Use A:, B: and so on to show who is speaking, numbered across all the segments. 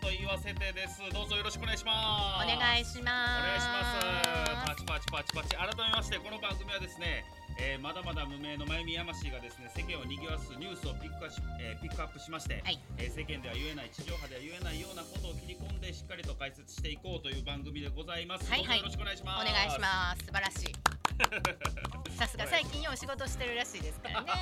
A: デですどうぞよろしくお願いします
B: お願いし
A: お願いします
B: ま
A: パチパチパチパチ改めましてこの番組はですね、えーまだまだ無名のまゆみやましいがですね世間を賑わすニュースをピックアップし,えー、ピックアップしまして、
B: はい
A: えー世間では言えない地上波では言えないようなことを切り込んでしっかりと解説していこうという番組でございます、
B: はいはい
A: どうぞよろしくお願いします
B: お願いします素晴らし いさすが最近よう仕事してるらしいですからね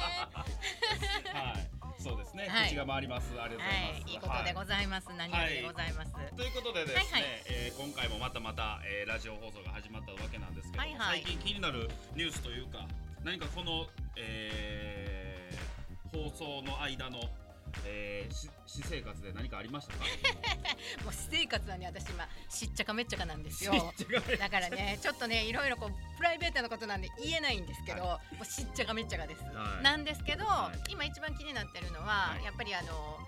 A: すはいそうですね、
B: はい
A: 口が回りますありがとうございます、
B: はいいいことでございます何よりでございます
A: ということでですね、
B: はいはい
A: えー今回もまたまた、えーラジオ放送が始まったわけなんですけども、
B: はいはい
A: 最近気になるニュースというか何かこの、えー放送の間の、えーし私生活で何かありましたか
B: もう私生活はね私今しっちゃかめっちゃかなんです よ
A: ちっちゃい
B: だからねちょっとねいろいろこうプライベートなことなんで言えないんですけど、もうしっちゃかめっちゃかです、
A: はい
B: なんですけど、
A: はい
B: 今一番気になってるのは、
A: はい
B: やっぱりあの、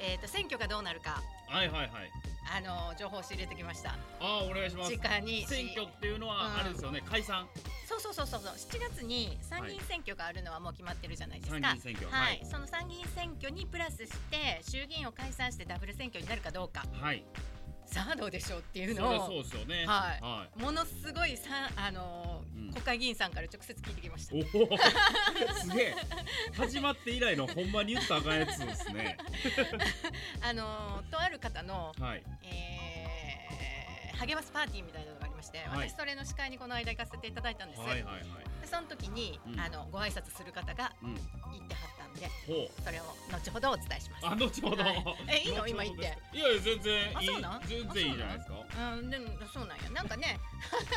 B: えー、と選挙がどうなるか
A: はいはいはい
B: あの情報を仕入れてきました
A: ああお願いします
B: 直に
A: 選挙っていうのは、
B: うん
A: あれですよね解散
B: そうそうそうそうそう7月に参議院選挙があるのはもう決まってるじゃないです
A: 参
B: か、
A: 議
B: は
A: 院
B: い
A: 選挙
B: その参議院選挙にプラスして衆議院を解散してダブル選挙になるかどうか
A: はい、
B: さあどうでしょうっていう
A: それ
B: のを
A: はそうですよね
B: はい
A: は
B: ものすごいさあのー
A: うん
B: 国会議員さんから直接聞いてきました
A: おお すげえ始まって以来のほんまに言ったらあかんやつですね
B: あのーとある方の、
A: はい
B: えー励ますパーティーみたいなのがありまして、
A: はい
B: 私それの司会にこの間行かせていただいたんです、
A: はいはいはい
B: でその時に、
A: うん
B: あのご挨拶する方が
A: うん
B: 行ってはったんで
A: ほう
B: それを後ほどお伝えします
A: あ、後ほど。
B: はいえいい
A: 後ほど
B: の今言って
A: ですかいやいや、全然
B: あ
A: いい
B: そうなん。
A: 全然いいじゃないですか。
B: うんでもそうなんやなんかね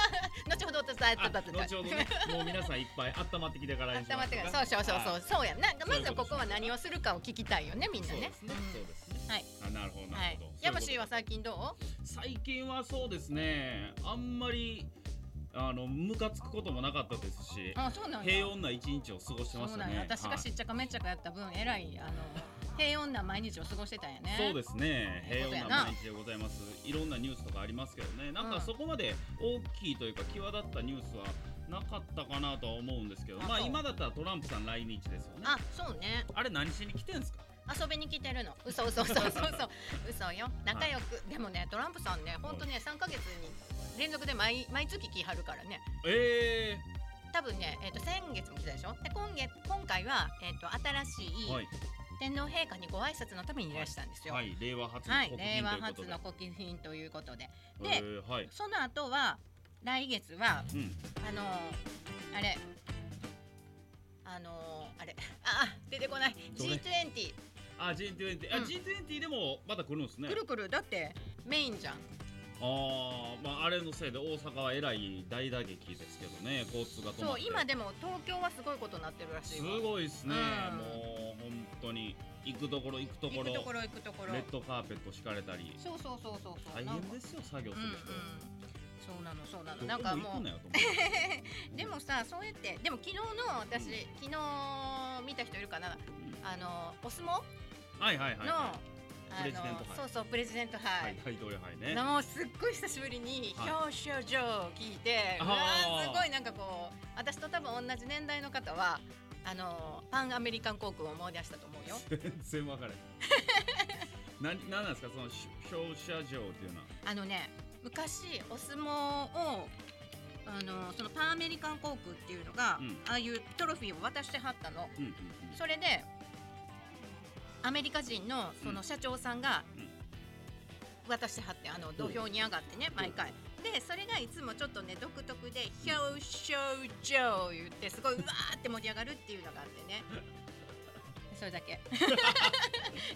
B: 後ほどお伝
A: あ
B: えたたたた
A: 後ほど ね、もう皆さんいっぱい温まってきてからにしま
B: 温ま
A: す
B: って
A: か。
B: かららそうそうそうそう、
A: はい
B: そうやんなんかまずはここ
A: そういうことで
B: は
A: す
B: 何をするかを聞きたいよねみんな
A: そう
B: ね
A: ですね。そうですね。
B: はい
A: あ、なるほど、
B: は
A: なる
B: い
A: ほど。
B: ヤマシーは
A: そうい
B: 最近どう
A: うことです最近はそうですね。あんまりあのムカつくこともなかったですし、
B: あそうなんや
A: 平穏な一日を過ごしてま
B: そ
A: し
B: う
A: た
B: なんや
A: ね。
B: 私が
A: はい
B: しっちゃかめっちゃかやった分えらいあの平穏な毎日を過ごしてたんやね
A: そうですね
B: そうい
A: 平
B: うことや
A: 穏
B: な
A: な毎日でございますいろんなニュースとかありますけどねなん
B: うん
A: かそこまで大きいというか際立ったニュースはなかったかなとは思うんですけど
B: あ
A: まあ
B: そう
A: 今だったらトランプさん来日ですよね
B: あそうね
A: あれ何しに来てんすか
B: 遊びに来てるの嘘嘘嘘嘘 嘘嘘よ仲良く、でもねトランプさんね本当ね3ヶ月に連続で毎毎月来はるからね
A: え
B: 多分ね、えー、と先月も来たでしょで今月今回は、えー、と新し
A: え
B: い
A: はい
B: 天皇陛下にご挨拶のためにいらしたんですよ。
A: は
B: はい
A: い令和初の国
B: 令和
A: 賓と
B: 初
A: いう
B: の
A: こ
B: 国賓ということで
A: と
B: の
A: で
B: 国
A: えーはい
B: その後は来月は
A: うん
B: あのーあれあのーあれああ出てこない
A: どれ
B: G20
A: あ G20 あ
B: うん
A: G20 でもまだ来るんですね
B: くるくるだってメインじゃん
A: ああまああれのせいで大阪はえらい大打撃ですけどね交通が止ま
B: そ
A: っ
B: う
A: て
B: 今でも東京はすごいことになってるらしい
A: す
B: わ
A: ごいですね、
B: うん
A: もう本当に行くところ行くとこ
B: 行
A: ろ
B: くところ行くところ
A: レッドカーペット敷かれたり
B: そうそうそうそうそう
A: 大
B: なんか
A: 変ですよ作業
B: う
A: する
B: んうんそうなのそうなのなんか
A: どこも行
B: もう
A: くなよと思って
B: でもさそうやってでも昨日の私、
A: うん
B: 昨日見た人いるかなあのお相撲
A: はいはいはい
B: の、
A: は
B: あ
A: プレジデン
B: の
A: ト杯
B: そうそうプレジデント
A: いは
B: 杯、
A: い大統領杯
B: な
A: ね
B: もうすっごい久しぶりに
A: はい
B: 表彰状を聞いて、
A: あー
B: うわーすごいなんかこう私と多分同じ年代の方はあのパンアメリカン航空を思い出したと思うよ
A: 全然分からへん何何なん ですかそのし表彰状っていうのは
B: あのね昔お相撲をあのそのパンアメリカン航空っていうのが、
A: うん
B: ああいうトロフィーを渡してはったの
A: うんうん
B: それでアメリカ人のその社長さんが
A: うん
B: 渡してはってあの土俵に上がってね毎回でそれがいつもちょっとね独特で「表彰状」言ってすごいうわーって盛り上がるっていうのがあって ねそれだけ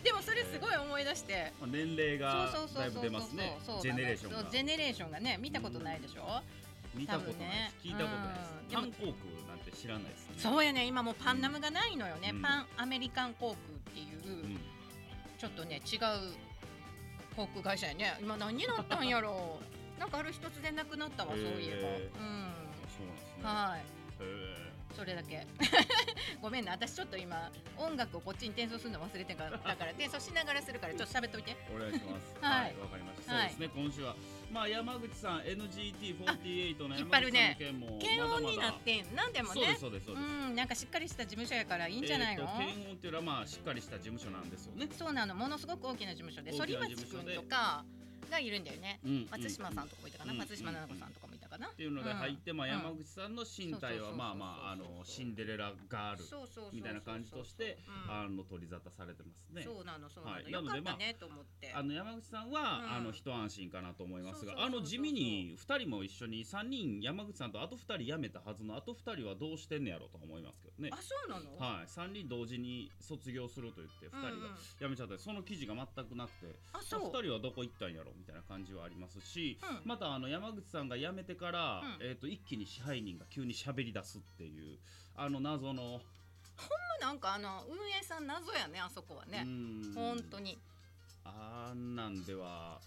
B: でもそれすごい思い出して
A: うんまあ年齢が
B: そうそう
A: だ
B: そ
A: いうぶ出
B: そうそう
A: ますね
B: そう
A: ジェネレーションが
B: そうジェネレーションがね見たことないでしょ
A: 見たことないです聞いたことないです
B: 多
A: 韓
B: 分ね
A: 航空なんて知らないですね
B: そうやね今もうパンナムがないのよね
A: うん
B: パンアメリカン航空っていう
A: う、ん
B: ちょっとね違う航空会社やね今何になったんやろ うなんかある一つでなくなったわそういえ
A: へ
B: ば
A: そうなんです
B: う
A: ね
B: んはい
A: へえ
B: それだけ ごめんな私ちょっと今音楽をこっちに転送するの忘れてたからだから転送しながらするからちょっと喋っといて
A: お願いします。
B: はい
A: わ、かりました。
B: はい
A: そうですね、今週は、まあ、山口さん、N. G. T. 48の
B: いっぱ
A: 山
B: いいる
A: 口さんの件
B: ね
A: も。
B: 検
A: まだま
B: 温
A: だ
B: になってんなんでも
A: そうで
B: ね
A: す、そうです、そううです。
B: んなんかしっかりした事務所やからいいんじゃないの、
A: えーと検温っていうのは、まあ、しっかりした事務所なんですよね。
B: そうなのものすごく大きな事務所で
A: 大
B: 反
A: きな
B: 町
A: 事務所
B: 君
A: で
B: とかがいるんだよね。
A: うんうん
B: 松島さんとかもいたかな、
A: うん
B: 松島菜々子さんとかもいたかな
A: っ。ていうので入って、まあ、
B: うん
A: 山口さんの身体は
B: うん
A: まあまああ
B: そうそうそうそう
A: のシンデレラガール
B: そうそうそうそう
A: みたいな感じとして
B: うん
A: あの取り沙汰されてますね。
B: そうなのそうなの、
A: はい
B: よ
A: なの
B: か
A: で
B: ったねと思って。
A: あの山口さんは、
B: うん
A: あの一安心かなと思います
B: そうそうそう
A: が
B: そう
A: あの地味に2人も一緒に3人山口さんとあと2人辞めたはずのあと2人はどうしてんねやろうとは思いますけどね
B: あ、。そうなの。
A: はい、3人同時に卒業すると言って2
B: うんう
A: 人
B: ん
A: が辞めちゃって、その記事が全くなくて
B: あ、
A: あ
B: そう。
A: 2人はどこ行ったんやろみたいな感じはありますし、
B: うん
A: またあの山口さんが辞めてから、
B: うん
A: えー、と一気に支配人が急に喋り出すっていうあの謎の
B: なんかあの運営さん謎やねあそこはね、
A: 本
B: 本当に
A: あんなんでは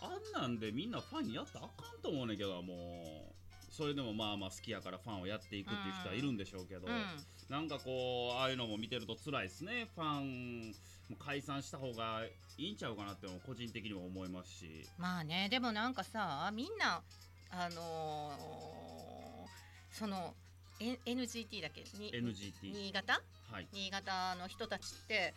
A: あんなんでみんなファンやったらあかんと思うねんけどもうそれでもまあまあ好きやからファンをやっていくっていう人はいるんでしょうけど、
B: うん
A: なんかこうああいうのも見てると辛いですねファンも解散した方がいいんちゃうかなっても個人的にも思いますし
B: まあねでもなんかさみんなあのーその、N、NGT だっけに
A: NGT
B: 新潟
A: はい
B: 新潟の人たちって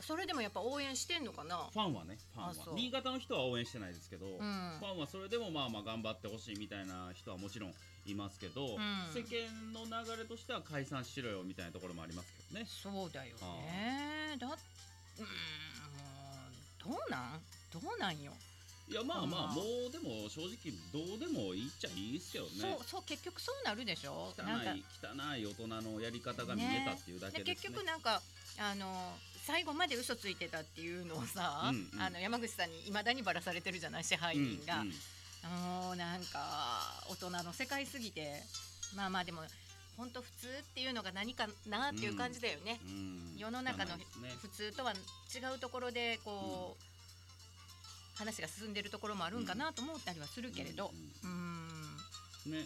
B: それでもやっぱ応援してんのかな
A: ファンはねファンは
B: あそう
A: 新潟の人は応援してないですけど、
B: うん
A: ファンはそれでもまあまあ頑張ってほしいみたいな人はもちろんいますけど、世間の流れとしては解散しろよみたいなところもありますけどね。
B: そうだよねだうんもうどうなんどうなんよ、
A: いやまあま
B: あ
A: あ
B: ー
A: もうでも正直どうでもいいっちゃいいですけどね
B: そう。そう結局そうなるでしょ
A: 汚
B: なんか
A: い汚い大人のやり方が見えたっていうだけで
B: で
A: す
B: 結
A: ね。
B: 局なんかあの最後まで嘘ついてたっていうのを
A: う
B: さ、
A: んうん
B: あの山口さんにいまだにばらされてるじゃない支配人が、
A: うんうん
B: もうなんか大人の世界すぎてまあまあでも本当普通っていうのが何かなっていう感じだよね、
A: うん
B: 世の中の
A: 汚いですね
B: 普通とは違うところでこう、話が進んでるところもあるんかなと思ったりはするけれど、うん、うん
A: うんね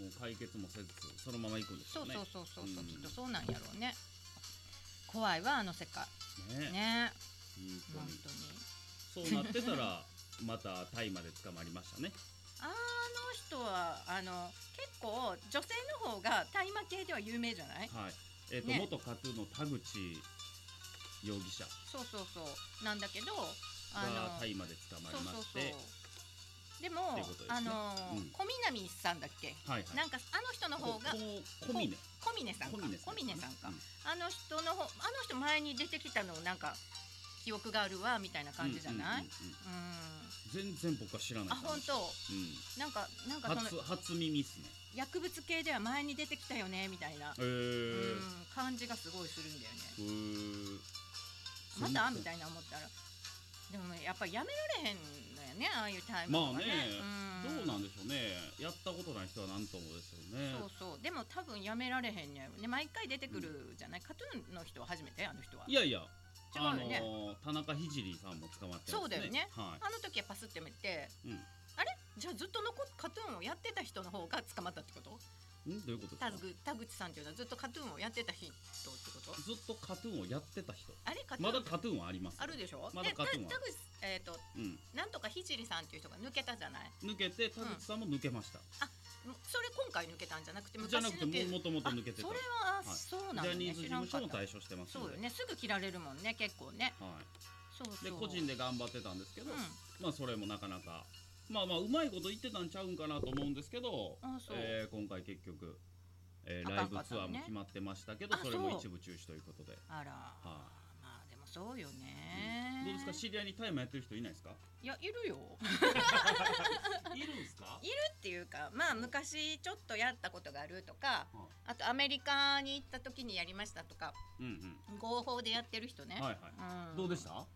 A: もう解決もせずそのまま行くんです
B: そ
A: よ
B: う
A: ね。
B: そうそうそうそ
A: う
B: う、
A: ん
B: きっとそうなんやろうね怖いわあの世界
A: ね
B: ね
A: 本
B: 本
A: 当に
B: 当に
A: そうなってたら またタイまで捕まりましたね。
B: あの人はあの結構女性の方が大麻系では有名じゃない
A: はい。えっ、と、
B: ね
A: 元カトゥーンの田口容疑者
B: そうそうそうなんだけど
A: が
B: あ
A: タイまで捕ま
B: の
A: り
B: そう
A: ま
B: そう
A: し
B: そう
A: て、
B: でも
A: っていうことですね
B: あの、
A: うん
B: 小南さんだっけ
A: はいはい。
B: なんかあの人の方が
A: ここ小峰
B: 小峰さんか小峰さんか、あの人の方あの人前に出てきたのなんか記憶があるわみたいな感じじゃない、うん
A: うんうんうんうん全然僕は知らない。
B: あ本当
A: う
B: なんかなん
A: ん。
B: かそ
A: 初
B: の
A: 初耳ですね。
B: 薬物系では前に出てきたよねみたいな
A: へー
B: うん感じがすごいするんだよね。
A: へー
B: またみ
A: い
B: たいな思ったら。でもね、やっぱりやめられへんのやね、ああいうタイム
A: まあ
B: と
A: ね
B: かね。、
A: どう
B: うん
A: なんでしょうね。やったことない人はなんともですよね。
B: そうそう、でも多分やめられへんのやろね、毎回出てくるじゃない、カトゥーンの人は初めて、あの人は。
A: いやいや、
B: 違う
A: あ
B: よ
A: の
B: ね
A: ー田中ひじりさんも捕まってますね。
B: そうだよね
A: は
B: あの時はパスってめて、
A: い。うん。
B: あれじゃあずっと残っカトゥーンをやってた人の方が捕まったってこと
A: んどういうことです
B: 田
A: か
B: 口田口さんっていうのはずっとカトゥーンをやってた人ってこと
A: ずっとカトゥーンをやってた人
B: あれカトゥー
A: ま
B: ン、
A: だカトゥーンはあります
B: あるでしょ
A: まだ
B: で
A: カ
B: た
A: ト
B: 田
A: ゥーン
B: 口
A: は、
B: えっ、と、
A: うん、
B: なんとかひじりさんっていう人が抜けたじゃない
A: 抜けて田口さんも抜けました、
B: もうそれ今回抜けたんじゃなくて昔
A: じゃなくて
B: 抜け
A: もともと抜けてた
B: あそれは、
A: は
B: あ
A: い
B: そう
A: ジ
B: なんだ、
A: ャ
B: ね、
A: ニーズ事
B: 知らん
A: 務
B: か
A: 所
B: っ
A: も退
B: た
A: 所してます
B: そ
A: の
B: う
A: で
B: よねすぐ切られるもんね結構ね
A: は
B: そう
A: い、
B: そ
A: で
B: う
A: 個人で頑張ってたんですけど、
B: うん
A: まあそれもなかなかまあまあうまいこと言ってたんちゃうんかなと思うんですけど
B: あそう
A: えー今回結局、えーラ
B: あか
A: イ
B: ん
A: ブ
B: かった
A: ツア
B: の
A: ー
B: ね
A: も決まってましたけど
B: あ
A: それも
B: そう
A: 一部中止ということで、
B: あら、
A: は
B: まあでもそうよ
A: い
B: ね、
A: どうですか知り合いにタイマーやってる人いないですか
B: いやいるよ
A: いるんですか
B: いるっていうかまあ昔ちょっとやったことがあるとか
A: は
B: あとアメリカに行った時にやりましたとか
A: いうんうん
B: 合法でやってる人ね、
A: はいはい、
B: うん、
A: どうでした
B: ま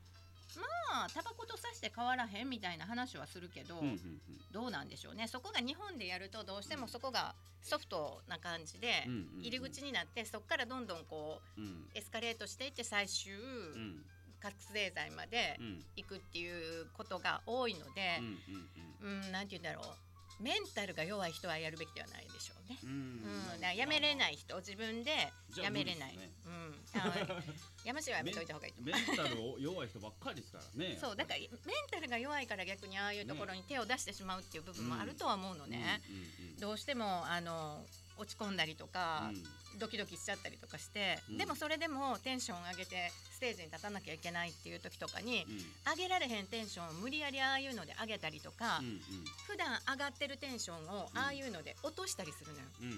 B: あタバコとさして変わらへんみたいな話はするけど、
A: うんうんうん
B: どうなんでしょうねそこが日本でやるとどうしてもそこがソフトな感じで
A: うんうんうん
B: 入り口になってそこからどんどんこ
A: うん
B: うエスカレートしていって最終
A: うん
B: 覚醒剤まで
A: うん
B: 行くっていうことが多いので
A: うんうん
B: うんなんて言うんだろうメンタルが弱い人はやるべきではないでしょうね。
A: う
B: うんん、だからやめれ
A: い
B: ない人自分で
A: じゃあ
B: やめれない、
A: 無理で
B: うんあのやましいはやめといた方がいいと思う
A: メンタルを弱い人ばっかりですからね
B: そうだからメンタルが弱いから逆にああいうところに手を出してしまうっていう部分もあるとは思うのね、
A: うんうんうん
B: どうしてもあの落ち込んだりとか、
A: うん
B: ドキドキしちゃったりとかして、
A: うん
B: でもそれでもテンション上げてステージに立たなきゃいけないっていう時とか
A: う
B: に
A: ん
B: 上げられへんテンションを無理やりああいうので上げたりとか、普段上がってるテンションをああいうので落としたりするのよ。
A: うんうん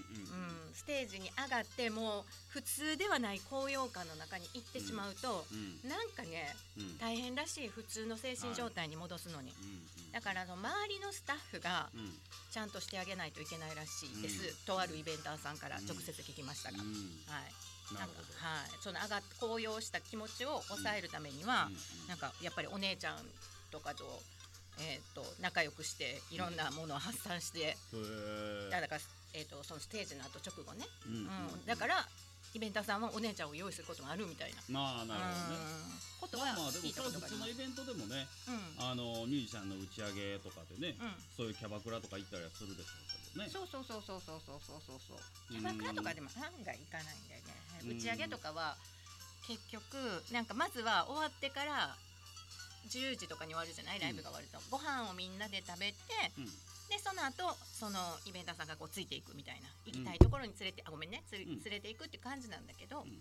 A: うん
B: うん、ステージに上がってもう普通ではない高揚感の中に行ってしまうと、
A: うんうん
B: なんかね
A: うんうん
B: 大変らしい普通の精神状態に戻すのに、
A: うん
B: だからあの周りのスタッフが
A: うん
B: ちゃんとしてあげないといけないらしいです、
A: うん
B: とあるイベンターさんから直接聞きましたが、
A: うん
B: はい
A: な
B: な
A: る
B: んか
A: ほど
B: はいその上がっ高揚した気持ちを抑えるためには、なんかやっぱりお姉ちゃんとかと,、えー、と仲良くしていろんなものを発散して、
A: うんへ
B: だ
A: え
B: から、えー、とそのステージの後直後ね
A: うんうん
B: うん、だからイベンターさんはお姉ちゃんを用意することもあるみたいな。
A: まあなるほどね
B: うんことは
A: まあまあでも
B: 聞いた
A: そ
B: こ
A: れ
B: と
A: は普通の
B: があります
A: イ。ベントでもね
B: うん
A: あのミュージシャンの打ち上げとかでね
B: うん
A: そういうキャバクラとか行ったりはするでしょうけどね
B: そうそうそうそうそうそうそうそうそう。キ
A: うん
B: ャバクラとかでも案外行かないんだ
A: う
B: よね。
A: ん
B: 打ち上げとかは結局なんかまずは終わってから10時とかに終わるじゃないライブが終わると、ご飯をみんなで食べて
A: うん
B: でその後そのイベンターさんがこうついていくみたいな行きたいところに連れて、あごめんねつれ
A: うん
B: 連れていくって感じなんだけど、
A: うん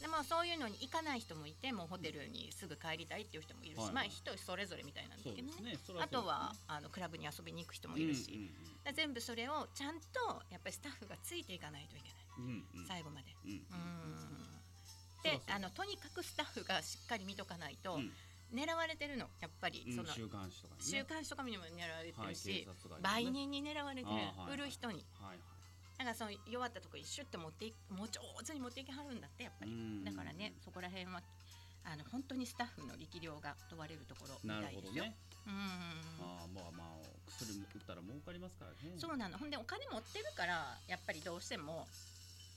B: でまあ、そういうのに行かない人もいてもうホテルにすぐ帰りたいっていう人もいる
A: は
B: し、
A: いはい
B: まあ人それぞれみたいなんだ
A: そうで
B: けどね
A: すねそれ
B: あとは
A: そ
B: あのクラブに遊びに行く人も
A: う
B: い
A: で
B: る
A: す
B: し、
A: ねうん
B: だから全部それをちゃんとやっぱりスタッフがついていかないといけない、
A: うんうんうん
B: 最後まで。
A: うんうん
B: うん
A: そう
B: で
A: そう
B: あのとにかくスタッフがしっかり見とかないと、
A: うん
B: 狙われてるのやっぱり
A: うん
B: その、
A: 週刊誌とかにね
B: 週刊誌とかにも狙われて
A: は
B: る
A: い警
B: し、
A: 察がね
B: 売人に狙われてる、
A: あーはいはい
B: 売る人に
A: はい
B: だからその弱ったとこにシュッと持っていもう上手に持っていけはるんだってやっぱり
A: はい
B: だからねそこら辺はあの本当にスタッフの力量が問われるところみ
A: なる
B: たい
A: ほど
B: ですよ。
A: ね
B: う
A: ああ
B: ん
A: まあまあ薬も売ったら儲かりますからね
B: そうなのほんでお金持ってるからやっぱりどうしても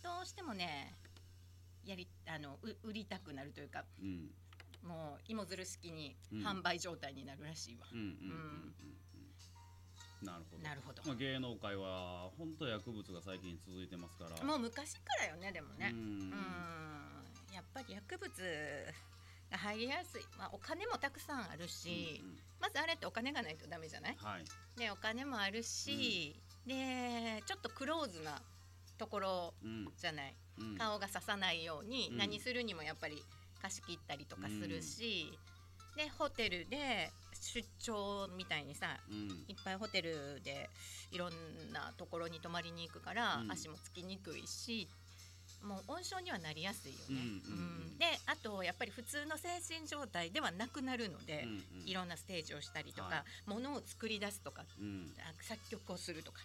B: どうしてもねやりあのう売りたくなるというか
A: うん
B: もう芋づる式に
A: うん
B: 販売状態になるらしいわ。
A: うんうんうんうんうんなるほど
B: なるほど
A: まあ、芸能界は本当薬物が最近続いてますから
B: もう昔からよねでもね。
A: うん
B: うんやっぱり薬物が入りやすい、まあ、お金もたくさんあるし、
A: うんうん
B: まずあれってお金がないとダメじゃない
A: はい
B: でお金もあるし、でちょっとクローズなところ
A: うん
B: じゃない
A: うん
B: 顔が刺さないように、
A: うん
B: 何するにもやっぱり貸し切ったりとかするし、でホテルで出張みたいにさ
A: うん
B: いっぱいホテルでいろんなところに泊まりに行くから、
A: うん
B: 足もつきにくいしもう温床にはなりやすいよね。
A: うんうんうん
B: うんであとやっぱり普通の精神状態ではなくなるので、
A: うんうん
B: いろんなステージをしたりとか、
A: は
B: ものを作り出すとか
A: うん
B: あ作曲をするとか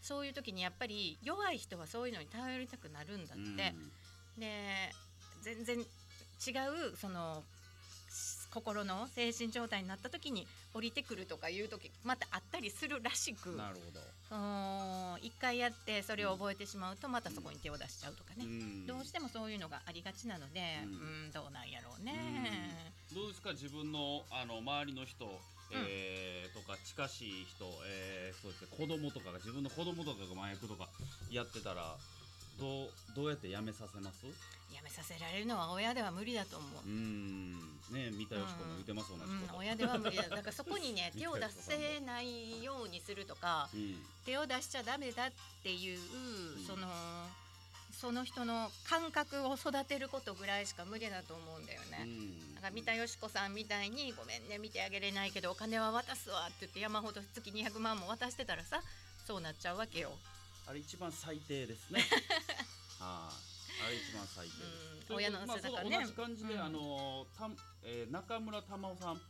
B: そういう時にやっぱり弱い人はそういうのに頼りたくなるんだって、で全然違うそのし心の精神状態になった時に降りてくるとかいう時またあったりするらし
A: う
B: く
A: んなるほど
B: その一回やってそれを覚えてしまうとまたそこに手を出しちゃうとかね、
A: ん
B: どうしてもそういうのがありがちなので、う
A: うん
B: ん、どうなんやろうね。
A: どうですか自分のあの周りの人、えーとか近しい人、えーそうですね子供とかが自分の子供とかが麻薬とかやってたらどうどうやってやめさせます
B: やめさせられるのは親では無理だと思う
A: う。んね三田佳子も言ってます同じ
B: う
A: こ
B: ん、
A: と
B: 親では無理だだからそこに ね
A: 理
B: 手
A: 解
B: を出
A: が
B: せないようにするとか
A: うん
B: 手を出しちゃダメだっていう、
A: うん
B: そのその人の感覚を育てることぐらいしか無理だと思うんだよ
A: う
B: ね。
A: ん
B: なんか三田佳子さんみたいに「ごめんね見てあげれないけどお金は渡すわ」って言って山ほど月200万も渡してたらさそうなっちゃうわけよ。
A: あれ一番最低です ねはいあれ一番最低です
B: うん
A: ということで
B: 親の
A: まあ
B: 背中
A: その
B: ね
A: 同じ感じで、
B: うん
A: あのたえー中村玉緒さん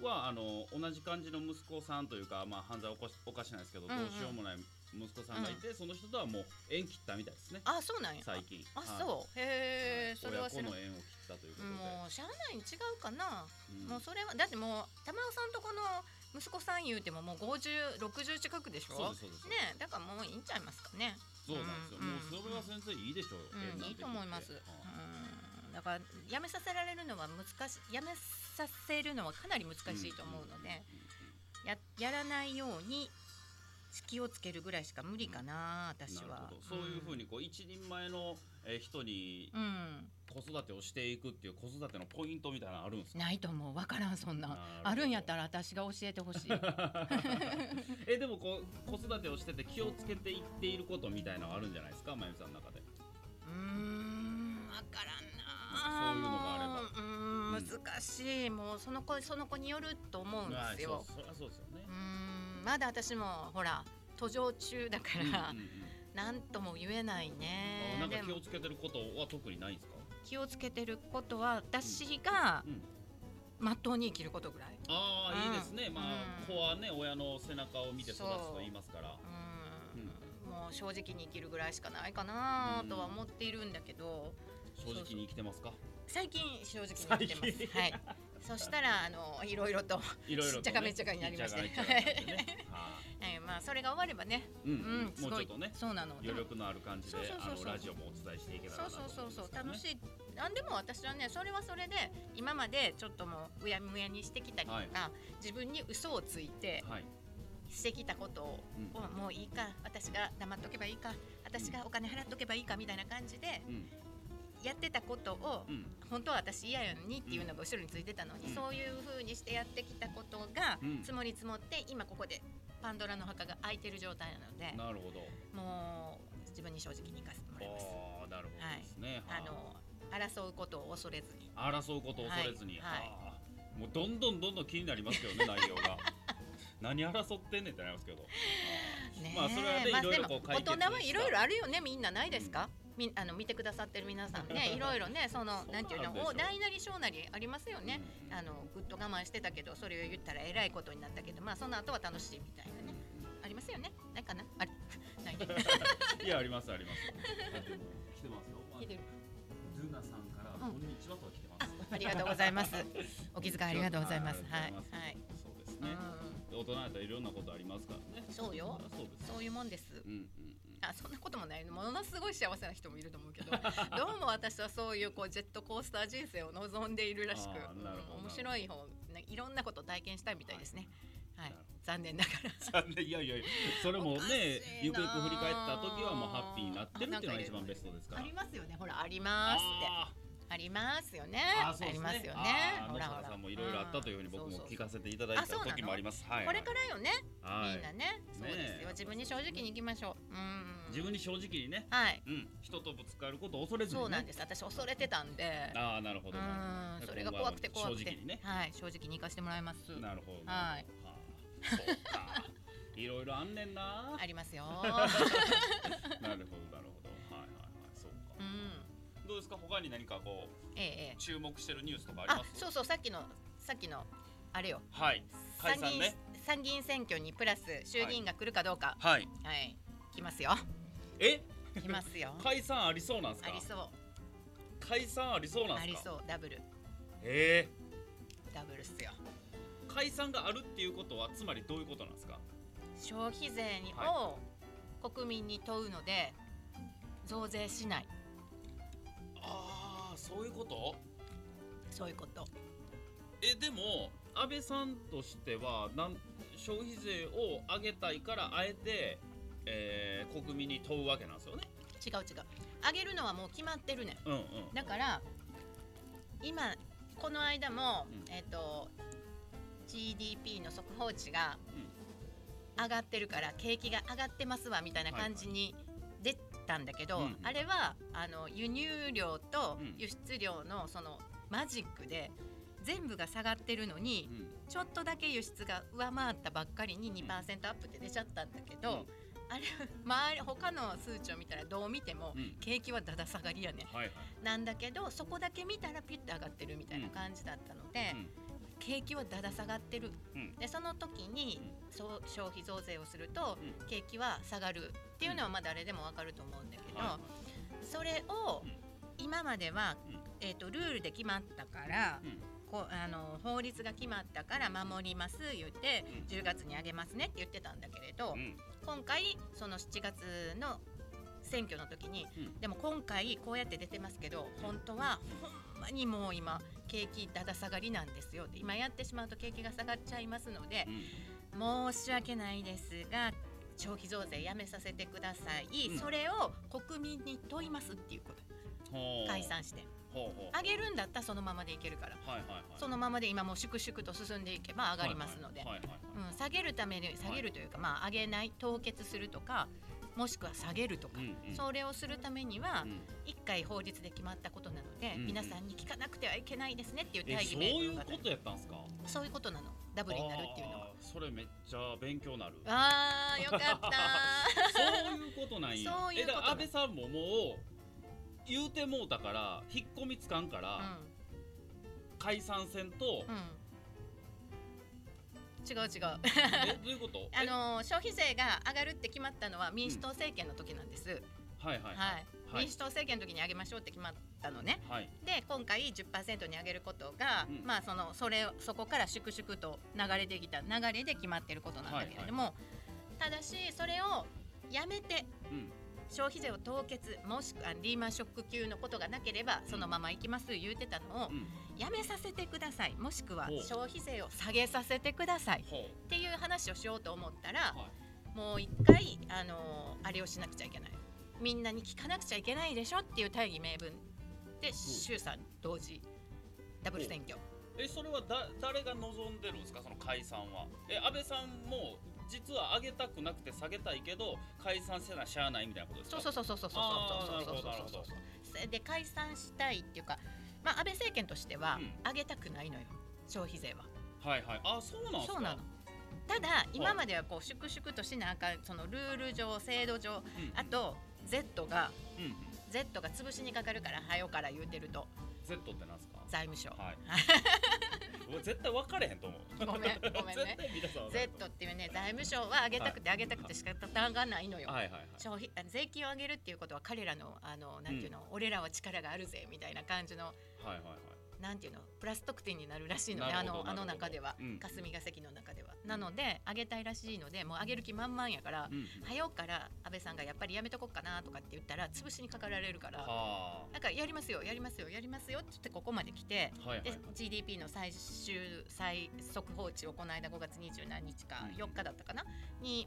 B: うん、
A: はあの同じ感じの息子さんというか、まあ、犯罪を起こし犯してないですけど、
B: うんうん
A: どうしようもない息子さんがいて、その人とはもう縁切ったみたいですね
B: あそうなんや。
A: 最近
B: あ
A: はい
B: そうへえ、
A: はい
B: それは知ら
A: 親子
B: ん
A: の縁を切ったということで
B: もうしゃあないに違うかな。
A: うん
B: もうそれはだってもう玉尾さんとこの息子さん言うてももう5060近くでしょ
A: そうですそうです
B: ねえだからもういいんちゃいますかね
A: そうなんですよ、
B: うん
A: もうそれは先生いいでしょう、縁
B: うん
A: なんて
B: いいと思います、
A: はい
B: うんだからやめさせられるのは難しいやめさせるのはかなり難しいと思うので、ややらないように気をつけるぐらいしか無理かな、私
A: なる
B: は
A: ほどそういうふうにこう一人前のえー人に
B: うん、うん
A: 子育てをしていくっていう子育てのポイントみたいなのあるんですか
B: ないと思うわからんそんな
A: なるほど
B: あるんやったら私が教えてほしい
A: えでもこう子育てをしてて気をつけていっていることみたいなのはあるんじゃないですかまゆみさんの中で
B: うーん、わからんな
A: そ
B: あ。
A: ういうのがあれば
B: もうう難しい、もうその子その子によると思うんですよ。
A: まあ、そうそりゃそうですよね
B: うーんまだ私もほら途上中だか
A: うん
B: ら、
A: うんうん
B: なんとも言えないね
A: あなんか
B: で
A: 気
B: も
A: をつけてることは特にないんですか、
B: 気をつけてることは私が
A: うん、
B: まっとうに生きることぐらい。
A: ああ、いいですねまあ、
B: うん
A: 子はね親の背中を見て育つと言いますから
B: うーんもう正直に生きるぐらいしかないかなとは思っているんだけど
A: 正直に生きてますか
B: 最近正直に生きて
A: 最
B: ます。はいそしたらあのいろいろと、
A: いろいろと、ね、
B: しっちゃかめっちゃかになりまして
A: しっちゃかめっちゃかになってねは
B: えーまあそれが終わればね、
A: いうん
B: うん、す
A: もう
B: ご
A: ちょ
B: い
A: っとね
B: そうなの。
A: 余力のある感じで
B: そうそうそうそう
A: あのラジオもお伝えしていけたら
B: そう
A: なと
B: そう
A: 思
B: そ
A: んです
B: うそう
A: けどね
B: 楽しい。なんでも私はねそれはそれで今までちょっともううやむやにしてきたりとか、
A: はい
B: 自分に嘘をついて
A: はい、
B: してきたことを、
A: うん
B: もうもういいか私が黙っとけばいいか私がお金払っとけばいいかみたいな感じで
A: うん
B: やってたことを、
A: うん
B: 本当は私嫌やのにっていうのが後ろについてたのに、
A: うん
B: そういう風にしてやってきたことが
A: うん
B: 積もり積もって今ここでパンドラの墓が開いてる状態なので
A: なるほど
B: もう自分に正直に行かせてもらいます。
A: ああなるほどですね、
B: あ
A: はい
B: の争うことを恐れずに。
A: 争うことを恐れずに、
B: はいはい
A: あーもうどんどんどんどん気になりますけどね内容 が何争ってんねんってなりますけどあー
B: ねえ
A: まあそれはね、
B: まあ
A: いろいろ
B: で
A: こ
B: も
A: う解決
B: 大人はいろいろ
A: あ
B: あるよねみんなないですか、みあの見てくださってる皆さ んねいろいろねその
A: そうな
B: なんんていう
A: でしょ
B: の
A: う
B: お大なり小なりありますよね、、
A: うん
B: あのぐっと我慢してたけどそれを言ったらえらいことになったけどまあその後は楽しいみたいなねありますよねないかなあれ ないね
A: いやありますあります。来てますよ。
B: 聞いてる
A: ルナさんから
B: うん
A: こんにちはとは来てま
B: あ
A: す。
B: ありがとうございますお気遣いありがとうございます
A: あ
B: は
A: り
B: い
A: がとうござ
B: はい、
A: そうですね。大人だったらいろんなことありますからね。
B: うんそうよ
A: そうですよ。
B: そういうもんです
A: うんうん
B: あそんなこともないものすごい幸せな人もいると思う けどどうも私はそういうこうジェットコースター人生を望んでいるらしく、
A: あーなるほど
B: うん面白い方ねいろんなことを体験したいみたいですね。はい、
A: なるほ
B: 残念ながら。
A: うん。 いやいやいや、それも
B: お
A: ね
B: かしいなー、
A: ゆくゆく振り返った時はもうハッピーになってるっていうのが一番ベストですから。
B: ありますよねほらありますって
A: あ
B: ありますよね
A: ー
B: あ
A: あー、そうです
B: り
A: ね。
B: ますよね
A: あー
B: ほ
A: 野
B: らほ
A: 原
B: ら
A: さんもいろいろあったというふうに僕
B: ん
A: も
B: そうそう
A: 聞かせていただいた
B: あそうなの
A: 時もあります。はい。
B: これからよね
A: ら
B: みんなねそうです
A: ねえ
B: よ自分に正直にいきましょううん
A: 自分に正直にね、
B: はい
A: うん、人とぶつかることを恐れずにね。
B: そうなんです私恐れてたんで
A: ああ、なるほど。
B: うんそれが怖くて怖くて
A: 正直にね
B: はい正直に行かせてもらいます
A: なるほど。
B: はい
A: あー。そうか。いろいろあんねんな。
B: ありま すよ。
A: なるほど、なるほど。はいはいはい、そう
B: う
A: か。
B: ん、
A: どうですか、他に何かこう、
B: ええええ。
A: 注目してるニュースとかあり
B: あ
A: ま、す。
B: そうそう、さっきの、さっきの、あれよ。
A: はい。解
B: 参
A: 散
B: 議院、
A: ね。
B: 参議院選挙にプラス衆議院が来るかどうか。
A: はい。
B: はい、来ま すよ。
A: え、。
B: 来ますよ
A: 解散ありそうなんです
B: あ
A: か
B: り。そう、
A: 解散ありそうなん
B: あ
A: で
B: り
A: すか。
B: そう、ダブル、
A: え
B: ダブルっすよ。
A: え解散があるっていうことは、つまりどういうことなんですか。
B: 消費税に、
A: は
B: を国民に問うので。増税しない、
A: ああ、そういうこと。
B: そういうこと。
A: えでも安倍さんとしてはなん消費税を上げたいからあえて、えー国民に問うわけなんですよね。
B: 違う違う。上げるのはもう決まってるねん。
A: うんうん、
B: だから今この間も、
A: うん
B: えっ、と GDP の速報値が上がってるから景気が上がってますわみたいな感じに出たんだけど、
A: うんうん
B: あれはあの輸入量と
A: うん
B: 輸出量のそのマジックで全部が下がってるのに
A: うん、
B: ちょっとだけ輸出が上回ったばっかりに2%アップって出ちゃったんだけど、あれ周り他の数値を見たらどう見ても
A: うん
B: 景気はだだ下がりやね
A: はいはい。
B: なんだけどそこだけ見たらピュッて上がってるみたいな感じだったので、
A: うん
B: 景気はだだ下がってる、
A: うん
B: でその時に、そう消費増税をすると
A: う
B: 景気は下がるっていうのはまだ誰でもわかると思うんだけど、
A: は
B: それを
A: うん
B: 今までは、
A: うん
B: えー、とルールで決まったから、
A: うん
B: こうあの法律が決まったから守ります言って、
A: うん
B: 10月に上げますねって言ってたんだけれど、
A: うん
B: 今回その7月の選挙の時に
A: うん
B: でも今回こうやって出てますけど本当はほんまにもう今景気だだ下がりなんですよって今やってしまうと景気が下がっちゃいますので
A: うん
B: 申し訳ないですが消費増税やめさせてください、
A: うん
B: それを国民に問いますっていうこ
A: ほ
B: と
A: う
B: 解散して
A: ほうほう
B: 上げるんだったらそのままでいけるから
A: はいはいはい
B: そのままで今もう粛々と進んでいけば上がりますので
A: はいはいはいはいはい
B: うん、下げるために下げるというか、まあ、上げない凍結するとかもしくは下げるとか、
A: うんうん
B: それをするためには
A: うん
B: 一回法律で決まったことなので、
A: うんうん
B: 皆さんに聞かなくてはいけないですねっていう
A: え
B: 大義
A: そう
B: 名
A: いう
B: 分が
A: ことやったんですか
B: そういうことなのダブルになるっていうのは
A: あーそれめっちゃ勉強な る
B: あーよかった
A: そういうことなんや
B: そういうこと
A: えだから安倍さんももう言うてもうたから引っ込みつかんから、解散戦と、
B: うん、うん、違う違う
A: えどういう こと
B: あのー消費税が上がるって決まったのは民主党政権の時なんです、
A: えはいはい
B: はい、
A: はい
B: 民主党政権の時に上げましょうって決まったのね
A: はい
B: で今回10%に上げることが、
A: うん
B: まあそのそれそこから粛々と流れてきた流れで決まってることなんだけれども、ただしそれをやめて
A: うん
B: 消費税を凍結もしくはリーマンショック級のことがなければそのままいきます言うてたのを
A: うん
B: やめさせてくださいもしくは
A: ほう
B: 消費税を下げさせてください
A: ほ
B: っていう話をしようと思ったら、
A: は
B: もう一回あのーあれをしなくちゃいけないみんなに聞かなくちゃいけないでしょっていう大義名分で衆参同時ダブル選挙
A: うえそれはだ誰が望んでるんですかその解散はえ安倍さんも実は上げたくなくて下げたいけど解散せなしゃあないみたいなことです
B: そ
A: か
B: うそううそうそうそうそう
A: あーなる
B: そ
A: ほ
B: う
A: どなる
B: そう
A: ほ
B: そう
A: ど
B: そうで解散したいっていうか、まあ、安倍政権としては
A: う
B: 上げたくないのよ消費税は。
A: はいはいあそうなんですか
B: そうなのただ今まではこう粛々としなあかんそのルール上制度
A: う
B: 上
A: ん
B: あと Z が
A: うんうん
B: Z が潰しにかかるからはよから言うてると
A: Z ってなんですか
B: 財務省
A: はい俺絶対分かれへんと思う
B: ごめん ごめん ね
A: 絶対皆さん分かれへ
B: Z
A: んと思う
B: っていうね財務省は上げたくて上げたくて仕方がないのよ。
A: はいはいはい
B: 消費あ税金を上げるっていうことは彼らのあのなんていうの、俺らは力があるぜみたいな感じの
A: はいはいはい
B: なんていうのプラス得点になるらしいので
A: な
B: あ
A: るほど
B: のあの
A: なるほど
B: 中では、
A: うん
B: 霞が関の中ではなので上げたいらしいのでもう上げる気満々やから、
A: うんうん
B: 早うから安倍さんがやっぱりやめとこっかなとかって言ったら潰しにかかられるから
A: は
B: なんかやりますよやりますよやりますよって言ってここまで来て
A: あはいはい
B: で
A: はい
B: GDP の最終最速報値をこの間5月27日か
A: うん
B: 4日だったかなに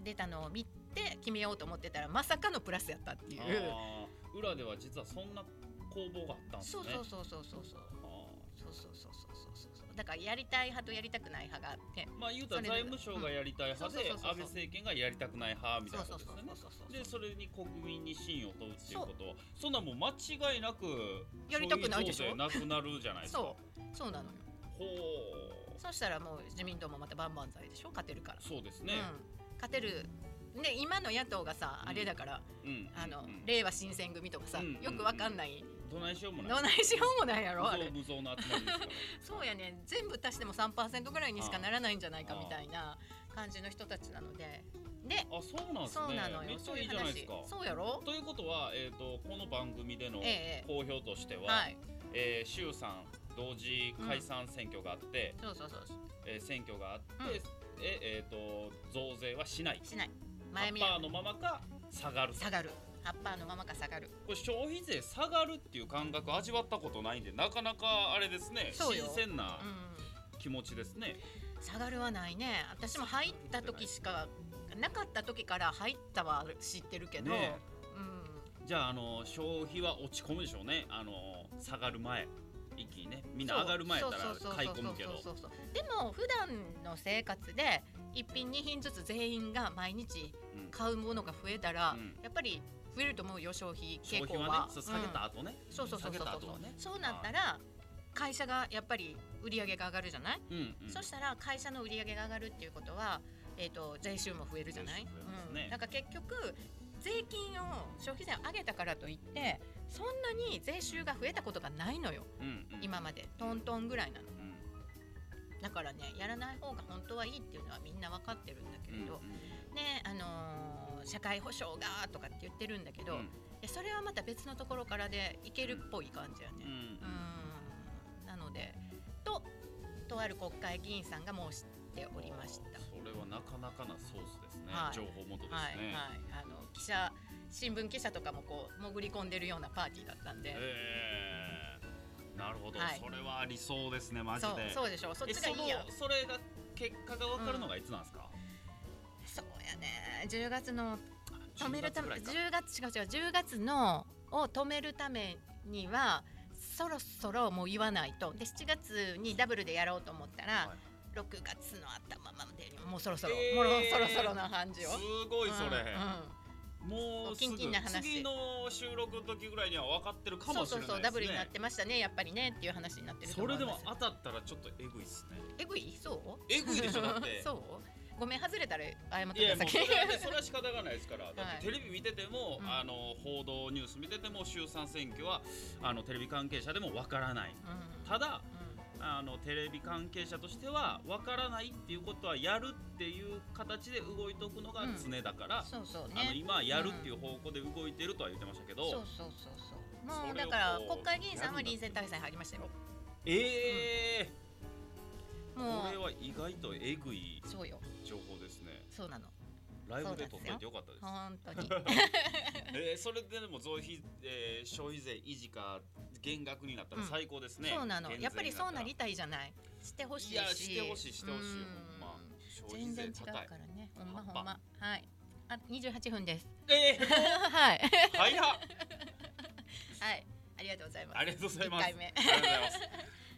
B: 出たのを見て決めようと思ってたらまさかのプラスやったっていう。
A: あー裏では実はそんな攻防があったんです
B: そ
A: ね
B: うそうそうそうそうそう
A: あ
B: そうそうそうそうそうそうだからやりたい派とやりたくない派があって
A: ーまあ言うたら
B: それで
A: 財務省がやりたい派で
B: うんそ
A: 安
B: うそうそうそう
A: 倍政権がやりたくない派みたい
B: そう
A: なこ
B: そ
A: とです
B: うそう
A: よね
B: そうそう
A: でそれに国民に信を問うっていうことはそんなもう間違いなく
B: やりたくないでしょ
A: 消費増税なくなるじゃないですか
B: そうそうなのよ
A: ほう
B: そうしたらもう自民党もまた万々歳でしょ勝てるから、
A: そうですね
B: うん、勝てるね今の野党がさ
A: うん
B: あれだから、
A: うん
B: あの、
A: うん
B: 令和新選組とかさ、
A: うんうん
B: よくわかんない、
A: どないしようもない
B: どないしようもないやろあれ
A: 無造無造の集まりですから
B: そうやね全部足しても3%ぐらいにしかならないんじゃないかみたいな感じの人たちなのでで
A: あそうなんですね
B: そうなの
A: め
B: よ
A: っち
B: そう
A: ゃ
B: い
A: いういじゃないです
B: 話
A: か
B: そうやろ
A: ということは、えー、とこの番組での
B: ええ
A: 好評としては、
B: はい
A: えー衆参同時解散選挙があって、
B: そうそうそう
A: えー選挙があって、
B: うん
A: ええーと増税はしない
B: しない
A: ハ
B: 前
A: ッ
B: 見
A: パーのままか下がる
B: 下がる葉っぱのままか下がる
A: これ消費税下がるっていう感覚味わったことないんでなかなかあれですね
B: そう
A: 新
B: よ
A: 鮮な
B: うん
A: 気持ちですね、
B: 下がるはないね私も入った時しかなかった時から入ったは知ってるけど、
A: ね
B: うん
A: じゃああの消費は落ち込むでしょうねあの下がる前一気にねみんな上がる前やったら
B: そうそうそうそう
A: 買い込むけど
B: そうそうそうでも普段の生活で一品二品ずつ全員が毎日
A: うん
B: 買うものが増えたら、
A: うん
B: やっぱり増えると思うよ消費
A: 消
B: 傾
A: 費
B: 向
A: はね
B: は
A: そう下げた後ね、
B: うんそうそうそうそう
A: 下げた後
B: そ
A: は
B: う、
A: ね
B: そうなったら会社がやっぱり売り上げが上がるじゃない、
A: うんうん
B: そしたら会社の売り上げが上がるっていうことは、えー、と税収も増えるじゃない、
A: 税収増えますね
B: うん、なんか結局税金を消費税を上げたからといってそんなに税収が増えたことがないのよ
A: うんうん
B: 今までトントンぐらいなの
A: うん
B: だからねやらない方が本当はいいっていうのはみんな分かってるんだけれど、ねあのー社会保障がとかって言ってるんだけど、
A: うん
B: でそれはまた別のところからでいけるっぽい感じやね。
A: うん
B: うーんなのでととある国会議員さんが申しておりました。
A: それはなかなかなソースですね、
B: はい
A: 情報元ですね、
B: はいはい、あの記者新聞記者とかもこう潜り込んでるようなパーティーだったんで、
A: えーなるほど、
B: はい
A: それは理想ですねマジで
B: そうそうでしょそっ
A: え
B: ちがいいやん
A: そのそれが結果が分かるのがいつなんですか、
B: そうやね10月の止めるため
A: 10
B: 10
A: 月ぐ
B: 月違う違う10月のを止めるためにはそろそろもう言わないとで7月にダブルでやろうと思ったら、
A: はい
B: 6月の頭までにもうそろそろ、
A: えー
B: もうそろそろな
A: ら
B: 感じ
A: い
B: よ
A: かすごいそれ、
B: うんうん
A: もうす
B: キン
A: ぐ
B: キンな話
A: 次の収録の時ぐらいには分かってるか
B: そ
A: も
B: う
A: しれ
B: そう
A: ないですね
B: そうダブルになってましたねやっぱりねっていう話になってると
A: そ
B: 思
A: れ
B: い
A: で
B: ま
A: も
B: す
A: 当たったらちょっとエグいっす ね
B: えぐいそう
A: えぐいでしょだって
B: そうごめん外れたら謝っ
A: いや
B: て
A: もう
B: くださ
A: それ
B: い
A: は ねそれは仕方がないですから、だ
B: はい
A: ってテレビ見てても、
B: うん
A: あの報道ニュース見てても衆参選挙はあのテレビ関係者でもわからない
B: うん
A: ただ
B: うん
A: あのテレビ関係者としてはわからないっていうことはやるっていう形で動いておくのが常だから、
B: そうそう
A: あの
B: ね
A: 今はやるっていう方向で動いてるとは言ってましたけど、
B: そうそうそうそうも
A: そうれ
B: だ
A: を
B: から
A: こう
B: 国会議員さんは
A: やるんだ
B: 臨戦態勢入りましたよ
A: えー
B: も
A: これ
B: う
A: は意外とえぐい
B: そうよ
A: 情報ですね
B: そうなの
A: ライブで撮っといてよかったです
B: 本当に
A: えーそれででも増費、えー消費税維持か減額になったら
B: うん
A: 最高ですね、
B: そうなの
A: 減税
B: やっぱりそうなり
A: た
B: たいじゃないしてほ
A: ら
B: しい
A: い
B: し
A: やしてほしいしてほしい
B: うん
A: ほんま消費
B: 全然違
A: 税
B: うか
A: 高い
B: らねほんま
A: やっぱ
B: ほんまはいあ28分 です
A: えー、
B: はい
A: 早っ
B: はいありがとうございます
A: ありがとうございます
B: 一回目
A: ありがとうございます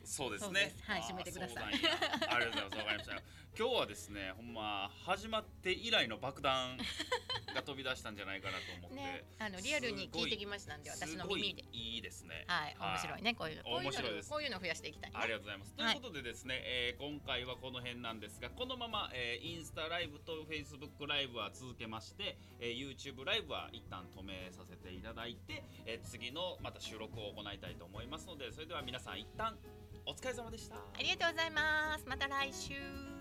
A: そうです
B: そう
A: ね
B: ですはい
A: あー
B: 締めてください
A: そうなんやありがとうございますわかりました今日はですねほんま始まって以来の爆弾が飛び出したんじゃないかなと思って、
B: ねあのリアルに聞いてきましたんで私の耳です
A: ごいいいですね
B: はい面白いねこういうのこういう
A: 面白いで
B: の
A: す
B: こういうの増やしていきたいね
A: ありがとうございます。と
B: はい
A: いうことでですね、えー今回はこの辺なんですが、このまま、えーインスタライブとフェイスブックライブは続けまして、えー YouTube ライブは一旦止めさせていただいて、えー次のまた収録を行いたいと思いますので、それでは皆さん一旦お疲れ様でした。
B: ありがとうございますまた来週